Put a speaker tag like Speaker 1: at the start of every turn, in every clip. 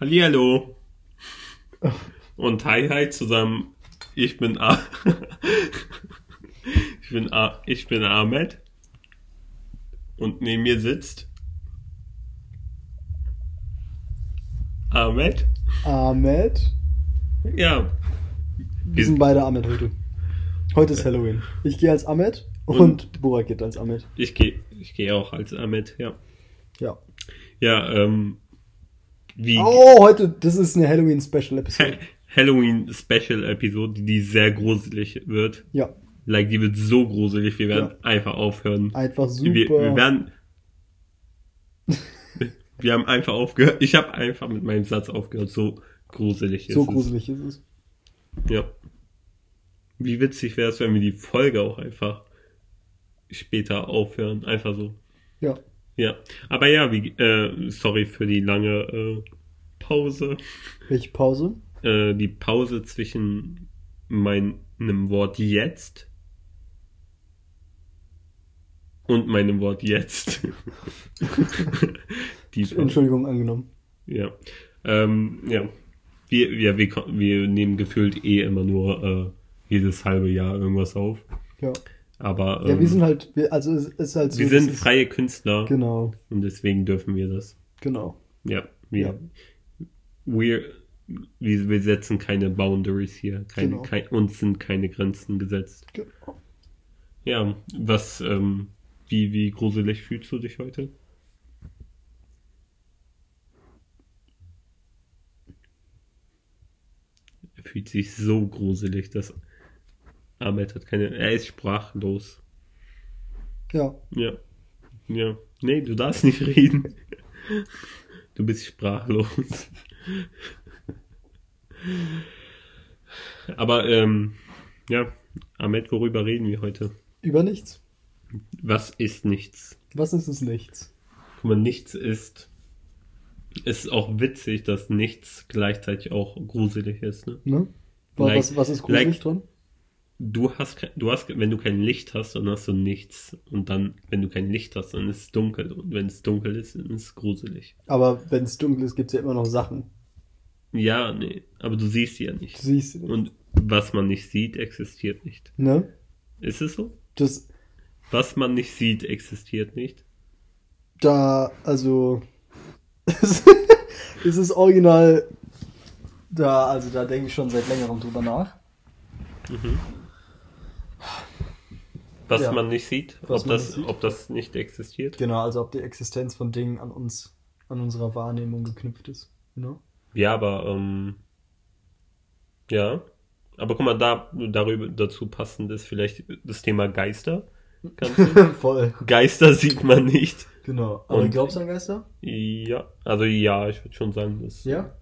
Speaker 1: Hallihallo. Und Hi Hi zusammen. Ich bin A. ich bin A. Ich bin Ahmed. Und neben mir sitzt. Ahmed?
Speaker 2: Ahmed.
Speaker 1: Ja.
Speaker 2: Wir sind beide Ahmed heute. Heute ist Halloween. Ich gehe als Ahmed und,
Speaker 1: Und-
Speaker 2: Burak geht als Ahmed.
Speaker 1: Ich gehe ich geh auch als Ahmed, ja.
Speaker 2: Ja.
Speaker 1: Ja, ähm. Wie.
Speaker 2: Oh, heute, das ist eine Halloween-Special-Episode.
Speaker 1: Halloween Special Episode, die sehr gruselig wird.
Speaker 2: Ja,
Speaker 1: Like, die wird so gruselig, wir werden einfach aufhören.
Speaker 2: einfach super.
Speaker 1: Wir, wir werden. wir haben einfach aufgehört. Ich habe einfach mit meinem Satz aufgehört. So gruselig ist
Speaker 2: so
Speaker 1: es.
Speaker 2: gruselig ist es.
Speaker 1: Ja. Wie witzig wäre es, wenn wir die Folge auch einfach später aufhören. Einfach so.
Speaker 2: Ja.
Speaker 1: Ja. Aber ja, wie, äh, sorry für die lange äh, Pause.
Speaker 2: Welche Pause?
Speaker 1: Äh, die Pause zwischen meinem Wort jetzt und meinem Wort jetzt. die Pause.
Speaker 2: Entschuldigung angenommen.
Speaker 1: Ja. Ähm, ja. Wir, wir, wir, ko- wir nehmen gefühlt eh immer nur äh, jedes halbe Jahr irgendwas auf.
Speaker 2: Ja.
Speaker 1: Aber ähm,
Speaker 2: ja, wir sind halt, wir, also es ist halt so.
Speaker 1: wir
Speaker 2: das
Speaker 1: sind
Speaker 2: ist-
Speaker 1: freie Künstler
Speaker 2: Genau,
Speaker 1: und deswegen dürfen wir das.
Speaker 2: genau.
Speaker 1: Ja, wir,
Speaker 2: Ja.
Speaker 1: Wir, wir, wir setzen keine Boundaries hier. Keine,
Speaker 2: Genau.
Speaker 1: kein, uns sind keine Grenzen gesetzt.
Speaker 2: genau.
Speaker 1: Ja, was, ähm, wie, wie gruselig fühlst du dich heute? Er fühlt sich so gruselig, dass Ahmed hat keine. Er ist sprachlos.
Speaker 2: Ja,
Speaker 1: Ja. Ja. Nee, du darfst nicht reden. Du bist sprachlos. Aber, ähm, ja, Ahmed, worüber reden wir heute?
Speaker 2: über nichts.
Speaker 1: Was ist nichts?
Speaker 2: Was ist es nichts?
Speaker 1: Guck mal, nichts ist. Es ist auch witzig, dass nichts gleichzeitig auch gruselig ist. Ne?
Speaker 2: Ne? Wa-
Speaker 1: Like-
Speaker 2: was, was ist gruselig
Speaker 1: like-
Speaker 2: dran?
Speaker 1: Du hast, ke- du hast, wenn du kein Licht hast, dann hast du nichts. Und dann, wenn du kein Licht hast, dann ist es dunkel. Und wenn es dunkel ist, dann ist es gruselig.
Speaker 2: Aber wenn es dunkel ist, gibt es ja immer noch Sachen.
Speaker 1: Ja, nee, aber du siehst sie ja
Speaker 2: Du
Speaker 1: nicht.
Speaker 2: siehst sie nicht.
Speaker 1: Und was man nicht sieht, existiert nicht.
Speaker 2: Ne?
Speaker 1: Ist es so?
Speaker 2: Das,
Speaker 1: Was man nicht sieht, existiert nicht.
Speaker 2: da, also, es ist original, da, also da denke ich schon seit längerem drüber nach.
Speaker 1: Mhm. Was
Speaker 2: Ja.
Speaker 1: man nicht sieht,
Speaker 2: Was
Speaker 1: ob,
Speaker 2: man
Speaker 1: das,
Speaker 2: nicht sieht.
Speaker 1: ob das nicht existiert.
Speaker 2: Genau, also ob die Existenz von Dingen an uns, an unserer Wahrnehmung geknüpft ist. Ne?
Speaker 1: Ja, aber ähm, ja. Aber guck mal, da darüber dazu passend ist vielleicht das Thema Geister. Kannst du-
Speaker 2: Voll,
Speaker 1: Geister sieht man nicht.
Speaker 2: genau. Aber
Speaker 1: Und-
Speaker 2: glaubst du an Geister?
Speaker 1: Ja, also ja, ich würde schon sagen, das.
Speaker 2: Ja?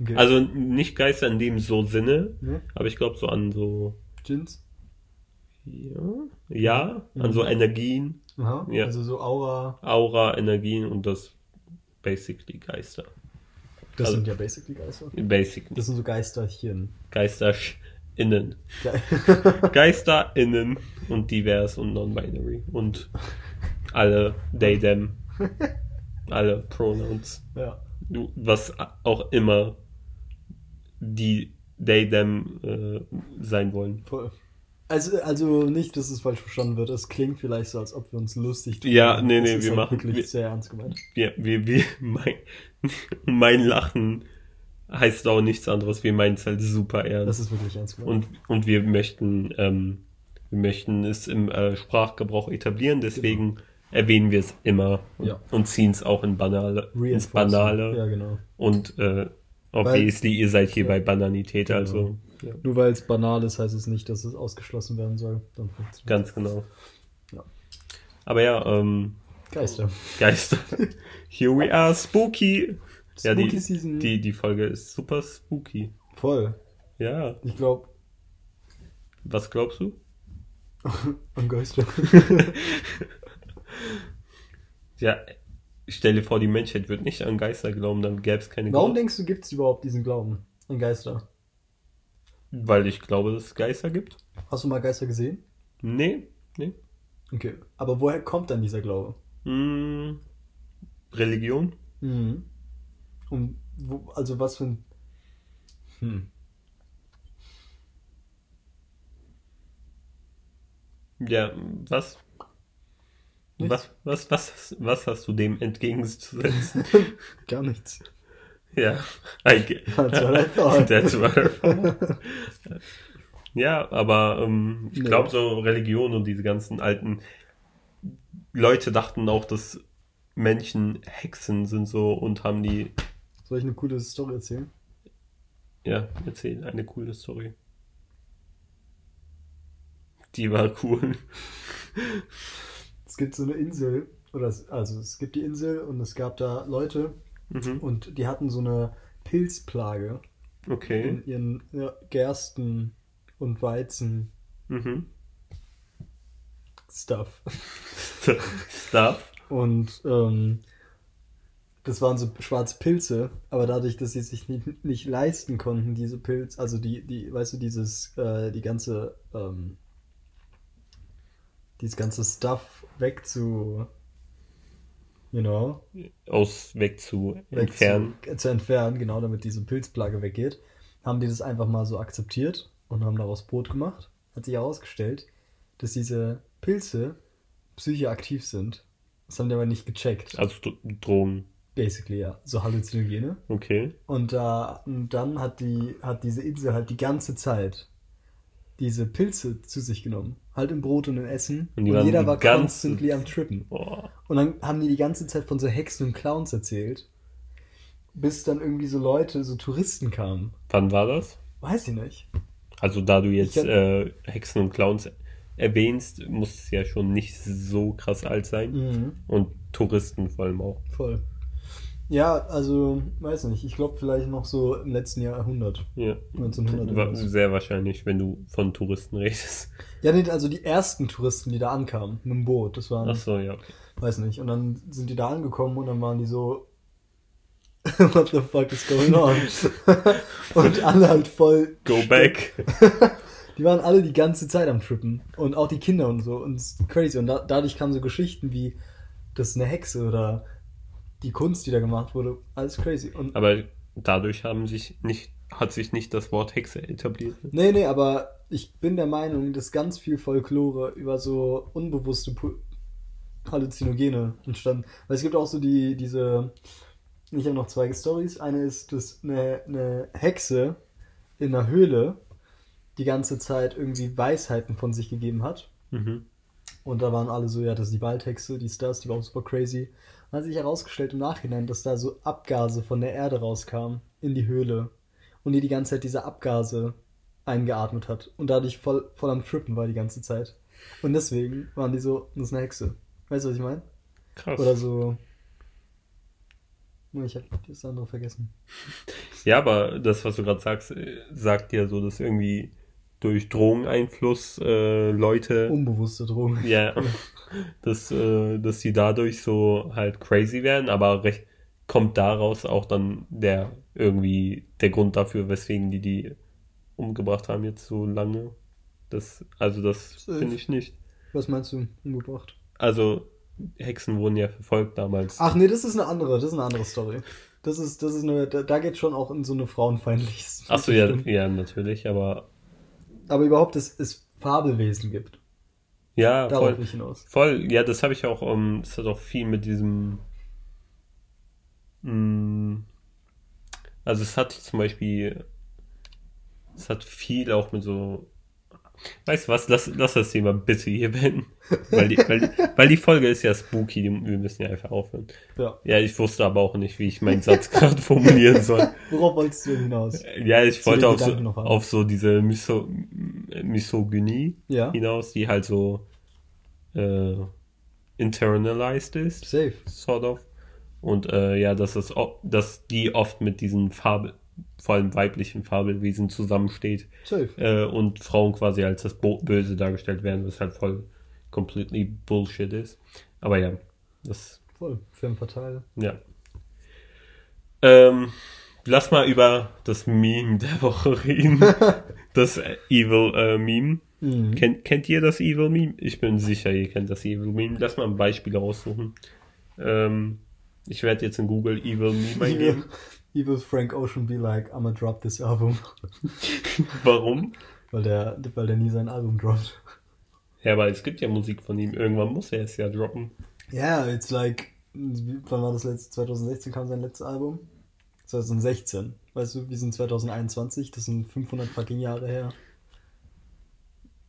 Speaker 2: Okay.
Speaker 1: Also nicht Geister in dem so Sinne,
Speaker 2: ne?
Speaker 1: aber ich glaube so an so
Speaker 2: Djinns?
Speaker 1: Ja, ja, an
Speaker 2: Mhm.
Speaker 1: so Energien,
Speaker 2: Aha.
Speaker 1: Ja.
Speaker 2: Also so Aura,
Speaker 1: Aura, Energien und das basically Geister.
Speaker 2: das
Speaker 1: Also-
Speaker 2: sind ja basically Geister.
Speaker 1: Basic
Speaker 2: Das sind so Geisterchen.
Speaker 1: Geister innen.
Speaker 2: Ge-
Speaker 1: Geister innen und divers und non-binary und alle they them. Alle Pronouns.
Speaker 2: ja.
Speaker 1: Du- Was auch immer die they them äh, sein wollen.
Speaker 2: Voll. Also, also nicht, dass es falsch verstanden wird. Es klingt vielleicht so, als ob wir uns lustig
Speaker 1: Ja, nee,
Speaker 2: Es
Speaker 1: nee,
Speaker 2: ist
Speaker 1: wir
Speaker 2: halt
Speaker 1: machen-
Speaker 2: wirklich
Speaker 1: wir-
Speaker 2: sehr ernst gemeint.
Speaker 1: Wir, wir, wir, mein, mein Lachen heißt auch nichts anderes. Wir meinen es halt super ernst.
Speaker 2: Das ist wirklich ernst gemeint.
Speaker 1: Und, und wir möchten, ähm, wir möchten es im äh, Sprachgebrauch etablieren, deswegen erwähnen wir es immer und,
Speaker 2: Ja.
Speaker 1: und ziehen es auch in Banale, ins
Speaker 2: Reinforcing.
Speaker 1: Banale.
Speaker 2: Ja, genau.
Speaker 1: Und äh, obviously, ihr seid hier
Speaker 2: Ja. Genau.
Speaker 1: bei Banalität, also ja,
Speaker 2: Nur weil es banal ist, heißt es nicht, dass es ausgeschlossen werden soll. Dann funktioniert
Speaker 1: ganz genau.
Speaker 2: Ja.
Speaker 1: Aber ja, ähm,
Speaker 2: Geister.
Speaker 1: Geister. Here we are, spooky. ja, die,
Speaker 2: Spooky Season.
Speaker 1: Die, die Folge ist super spooky.
Speaker 2: Voll.
Speaker 1: Ja,
Speaker 2: Ich glaube,
Speaker 1: was glaubst du?
Speaker 2: an Geister.
Speaker 1: Ja, stell dir vor, die Menschheit wird nicht an Geister glauben, dann gäbe es keine
Speaker 2: Warum
Speaker 1: Gott.
Speaker 2: denkst du, gibt es überhaupt diesen Glauben an Geister?
Speaker 1: Weil ich glaube, dass es Geister gibt.
Speaker 2: Hast du mal Geister gesehen?
Speaker 1: Nee, nee.
Speaker 2: Okay. Aber woher kommt dann dieser Glaube?
Speaker 1: Hm, Religion?
Speaker 2: Mhm. Und wo, also was für ein. Hm.
Speaker 1: Ja, was?
Speaker 2: Nichts.
Speaker 1: Was, was, was, was hast du dem entgegenzusetzen?
Speaker 2: Gar nichts.
Speaker 1: ja, I ge-
Speaker 2: That's what I thought.
Speaker 1: That's what I thought. ja, aber ähm, ich
Speaker 2: Nee.
Speaker 1: glaube, so Religion und diese ganzen alten Leute dachten auch, dass Menschen Hexen sind so und haben die,
Speaker 2: Soll ich eine coole Story erzählen?
Speaker 1: ja, erzählen, eine coole Story. Die war cool.
Speaker 2: Es gibt so eine Insel, oder es, also es gibt die Insel und es gab da Leute
Speaker 1: Mhm.
Speaker 2: und die hatten so eine Pilzplage
Speaker 1: Okay.
Speaker 2: in ihren ja, Gersten und Weizen-Stuff.
Speaker 1: Mhm. Stuff.
Speaker 2: Und ähm, das waren so schwarze Pilze, aber dadurch, dass sie es sich nicht, nicht leisten konnten, diese Pilze, also die, die, weißt du, dieses, äh, die ganze, ähm, dieses ganze Stuff wegzu, you know,
Speaker 1: aus weg zu
Speaker 2: weg
Speaker 1: entfernen.
Speaker 2: Zu, äh, zu entfernen, genau, damit diese Pilzplage weggeht, haben die das einfach mal so akzeptiert und haben daraus Brot gemacht. Hat sich herausgestellt, dass diese Pilze psychoaktiv sind. Das haben die aber nicht gecheckt.
Speaker 1: Also Dro- Drogen.
Speaker 2: Basically, ja. So Halluzinogene.
Speaker 1: Okay.
Speaker 2: Und, da, und dann hat, die, hat diese Insel halt die ganze Zeit diese Pilze zu sich genommen. Halt im Brot und im Essen.
Speaker 1: Und
Speaker 2: Und,
Speaker 1: die waren
Speaker 2: jeder
Speaker 1: die
Speaker 2: war
Speaker 1: ganze-
Speaker 2: constantly am Trippen.
Speaker 1: Boah.
Speaker 2: Und dann haben die die ganze Zeit von so Hexen und Clowns erzählt. Bis dann irgendwie so Leute, so Touristen kamen.
Speaker 1: Wann war das?
Speaker 2: Weiß ich nicht.
Speaker 1: Also da du jetzt
Speaker 2: Ich hab-
Speaker 1: äh, Hexen und Clowns erwähnst, muss es ja schon nicht so krass alt sein.
Speaker 2: Mhm,
Speaker 1: Und Touristen vor allem auch.
Speaker 2: voll. Ja, also, weiß nicht. Ich glaube vielleicht noch so im letzten Jahrhundert.
Speaker 1: Ja.
Speaker 2: 1900
Speaker 1: Wa-
Speaker 2: oder so.
Speaker 1: Sehr wahrscheinlich, wenn du von Touristen redest.
Speaker 2: Ja, nee, also die ersten Touristen, die da ankamen, mit dem Boot. Das waren
Speaker 1: Ach so, ja. Okay.
Speaker 2: Weiß nicht. Und dann sind die da angekommen und dann waren die so. What the fuck is going on? und alle halt voll.
Speaker 1: Go back.
Speaker 2: Die waren alle die ganze Zeit am Trippen. Und auch die Kinder und so. Und es ist crazy. Und da, dadurch kamen so Geschichten wie, das ist eine Hexe oder die Kunst, die da gemacht wurde. Alles crazy. Und,
Speaker 1: Aber dadurch haben sich nicht, hat sich nicht das Wort Hexe etabliert.
Speaker 2: nee, nee, aber ich bin der Meinung, dass ganz viel Folklore über so unbewusste Pu- Halluzinogene entstanden. Weil es gibt auch so die, diese. Ich habe noch zwei Stories. Eine ist, dass eine, eine Hexe in einer Höhle die ganze Zeit irgendwie Weisheiten von sich gegeben hat.
Speaker 1: Mhm.
Speaker 2: Und da waren alle so, ja, das ist die Waldhexe, die ist das, die war auch super crazy. Dann hat sich herausgestellt im Nachhinein, dass da so Abgase von der Erde rauskamen in die Höhle. Und die die ganze Zeit diese Abgase eingeatmet hat. Und dadurch voll, voll am Trippen war die ganze Zeit. Und deswegen waren die so, das ist eine Hexe. Weißt du, was ich meine?
Speaker 1: Krass.
Speaker 2: Oder so. Nee, Ich habe das andere vergessen.
Speaker 1: Ja, aber das, was du gerade sagst, äh, sagt ja so, dass irgendwie durch Drogeneinfluss äh, Leute,
Speaker 2: Um- Unbewusste Drogen.
Speaker 1: ja, dass, äh, dass die dadurch so halt crazy werden, aber recht, kommt daraus auch dann der irgendwie der Grund dafür, weswegen die die umgebracht haben jetzt so lange. Das, also das
Speaker 2: Safe.
Speaker 1: finde ich nicht.
Speaker 2: Was meinst du? Umgebracht.
Speaker 1: Also Hexen wurden ja verfolgt damals.
Speaker 2: Ach nee, das ist eine andere, das ist eine andere Story. Das ist, das ist eine, da, da geht schon auch in so eine frauenfeindliche
Speaker 1: Ach so, ja, ja, natürlich, aber
Speaker 2: Aber überhaupt, dass es Fabelwesen gibt.
Speaker 1: ja,
Speaker 2: Darauf
Speaker 1: voll.
Speaker 2: will ich hinaus.
Speaker 1: Voll, ja, das habe ich auch, ähm, das hat auch viel mit diesem. Mm, also es hat zum Beispiel. Es hat viel auch mit so. Weißt du was, lass, lass das Thema bitte hier beenden. Weil die, weil, die- weil die Folge ist ja spooky, die, wir müssen ja einfach aufhören.
Speaker 2: Ja.
Speaker 1: Ja, ich wusste aber auch nicht, wie ich meinen Satz gerade formulieren soll.
Speaker 2: Worauf wolltest du denn hinaus?
Speaker 1: Ja, ich
Speaker 2: Zu
Speaker 1: wollte
Speaker 2: den
Speaker 1: auf so,
Speaker 2: Gedanken noch haben.
Speaker 1: auf so diese Miso, Misogynie
Speaker 2: Ja.
Speaker 1: hinaus, die halt so äh, internalized ist,
Speaker 2: Safe.
Speaker 1: sort of. Und äh, ja, dass, es, o- dass die oft mit diesen Fabel, vor allem weiblichen Fabelwesen zusammensteht
Speaker 2: Safe.
Speaker 1: äh, und Frauen quasi als das Bo Böse dargestellt werden, was halt voll completely Bullshit ist. Aber ja, das,
Speaker 2: Voll. Femme fatale.
Speaker 1: ja. Ähm, lass mal über das Meme der Woche reden. Das äh, Evil äh, Meme.
Speaker 2: Mhm.
Speaker 1: Kennt, kennt ihr das Evil Meme? Ich bin sicher, ihr kennt das Evil Meme. Lass mal ein Beispiel raussuchen. Ähm, ich werde jetzt in Google Evil Meme eingeben.
Speaker 2: Evil Frank Ocean be like, I'ma drop this album.
Speaker 1: Warum?
Speaker 2: weil, der, weil der nie sein Album droppt.
Speaker 1: Ja, weil es gibt ja Musik von ihm. Irgendwann muss er es ja droppen.
Speaker 2: Ja, yeah, it's like, wie- wann war das letzte? 2016 kam sein letztes Album? 2016. Weißt du, wir sind 2021, das sind 500 fucking Jahre her.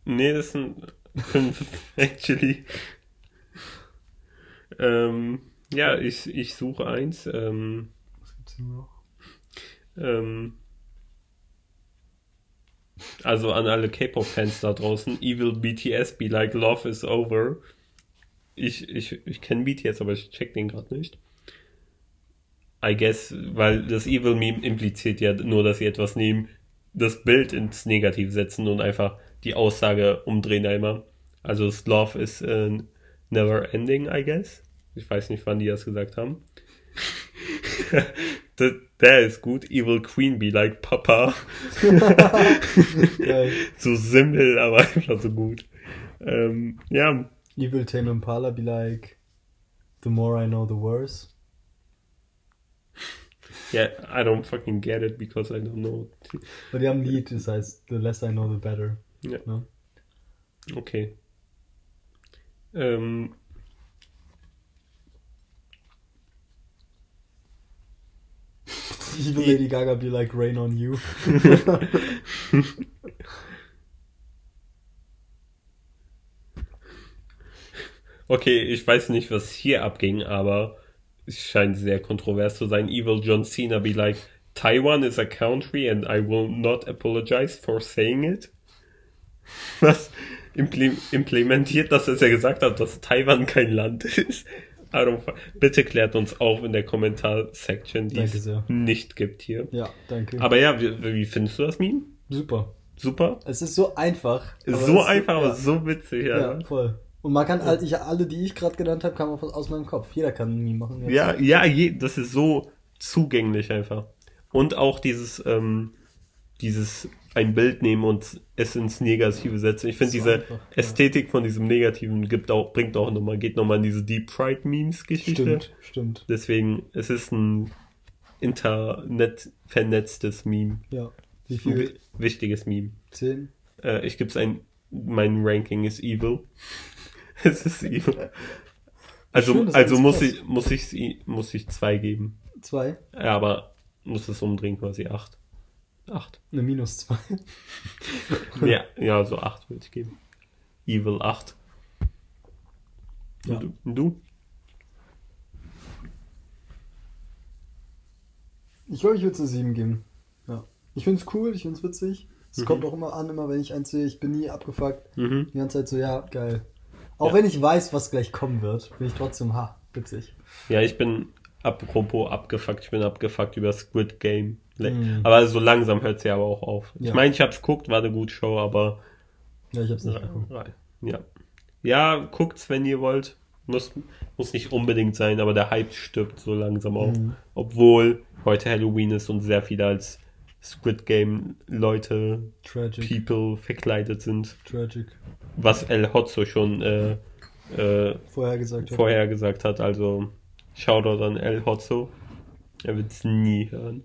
Speaker 1: Nee, das sind fünf, actually. Ähm, ja, ich, ich suche eins. Ähm,
Speaker 2: Was gibt's denn noch?
Speaker 1: ähm, also an alle K-Pop-Fans da draußen. Evil BTS be like love is over. Ich, ich, ich kenne BTS, aber ich check den gerade nicht. I guess, weil das Evil Meme impliziert ja nur, dass sie etwas nehmen, das Bild ins Negativ setzen und einfach die Aussage umdrehen einmal. Also das Love is äh, never ending, I guess. Ich weiß nicht, wann die das gesagt haben. Das- Der ist gut. Evil Queen be like Papa.
Speaker 2: Geil.
Speaker 1: so simpel, aber einfach so gut. Ähm, ja,
Speaker 2: Evil Tame Impala be like, the more I know the worse.
Speaker 1: yeah, I don't fucking get it because I don't know.
Speaker 2: Weil die haben ein Lied, das heißt, the less I know the better.
Speaker 1: Ja.
Speaker 2: Ne?
Speaker 1: Okay. Ähm.
Speaker 2: Evil Lady Gaga be like, rain on you.
Speaker 1: okay, ich weiß nicht, was hier abging, aber es scheint sehr kontrovers zu sein. Evil John Cena be like, Taiwan is a country and I will not apologize for saying it. Was imple- implementiert, dass er gesagt hat, dass Taiwan kein Land ist? I don't fu- Bitte klärt uns auf in der Kommentar-Section, die
Speaker 2: Danke
Speaker 1: es
Speaker 2: sehr.
Speaker 1: nicht gibt hier.
Speaker 2: Ja, danke.
Speaker 1: Aber ja, wie, wie findest du das Meme?
Speaker 2: Super.
Speaker 1: Super.
Speaker 2: Es ist so einfach. aber
Speaker 1: so
Speaker 2: es-
Speaker 1: einfach, aber
Speaker 2: ja.
Speaker 1: so witzig, ja.
Speaker 2: Ja, voll. Und man kann halt, ich, alle, die ich gerade genannt habe, kamen aus meinem Kopf. Jeder kann ein Meme machen. jetzt.
Speaker 1: Ja, ja, je, das ist so zugänglich einfach. Und auch dieses, ähm, dieses ein Bild nehmen und es ins Negative setzen. Ich finde,
Speaker 2: So
Speaker 1: diese
Speaker 2: einfach, ja.
Speaker 1: Ästhetik von diesem Negativen gibt auch, bringt auch nochmal, geht nochmal in diese Deep Pride Memes-Geschichte.
Speaker 2: Stimmt, stimmt.
Speaker 1: Deswegen, es ist ein Internet vernetztes Meme.
Speaker 2: Ja. Wie
Speaker 1: Ein
Speaker 2: viel?
Speaker 1: wi- wichtiges Meme.
Speaker 2: Zehn?
Speaker 1: Äh, ich gebe es ein, mein Ranking ist evil. es ist evil. Also,
Speaker 2: Schön, dass
Speaker 1: also
Speaker 2: alles
Speaker 1: muss
Speaker 2: passt.
Speaker 1: ich, muss ich, sie- muss ich zwei geben.
Speaker 2: Zwei?
Speaker 1: Ja, aber muss es umdrehen quasi acht. Acht.
Speaker 2: Eine Ne, Minus zwei.
Speaker 1: ja, ja, so acht würde ich geben. Evil acht. Und
Speaker 2: Ja.
Speaker 1: du? Und du?
Speaker 2: Ich glaube, ich würde es eine sieben geben. Ja. Ich finde es cool, ich finde es witzig. Es kommt auch immer an, immer wenn ich eins sehe, ich bin nie abgefuckt.
Speaker 1: Mhm.
Speaker 2: Die ganze Zeit so, ja, geil. Auch
Speaker 1: Ja.
Speaker 2: wenn ich weiß, was gleich kommen wird, bin ich trotzdem, ha, witzig.
Speaker 1: Ja, ich bin apropos abgefuckt. Ich bin abgefuckt über Squid Game. Le-
Speaker 2: Mhm.
Speaker 1: Aber so langsam hört sie aber auch auf. Ich
Speaker 2: Ja.
Speaker 1: meine, ich hab's geguckt, war eine gute Show, aber
Speaker 2: Ja, ich hab's nicht geguckt.
Speaker 1: Ja. Ja, guckt's, wenn ihr wollt. Muss, muss nicht unbedingt sein, aber der Hype stirbt so langsam auf.
Speaker 2: Mhm.
Speaker 1: Obwohl heute Halloween ist und sehr viele als Squid Game Leute,
Speaker 2: Tragic.
Speaker 1: People verkleidet sind.
Speaker 2: Tragic.
Speaker 1: Was El Hotzo schon äh, äh,
Speaker 2: Vorher gesagt hat.
Speaker 1: vorher gesagt hat. Also Shoutout an El Hotzo. Er wird's nie hören.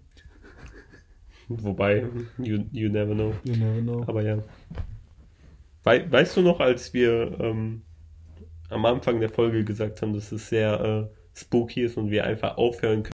Speaker 1: Wobei, you, you never know.
Speaker 2: You never know.
Speaker 1: Aber ja. Wei weißt du noch, als wir ähm, am Anfang der Folge gesagt haben, dass es sehr äh, spooky ist und wir einfach aufhören können?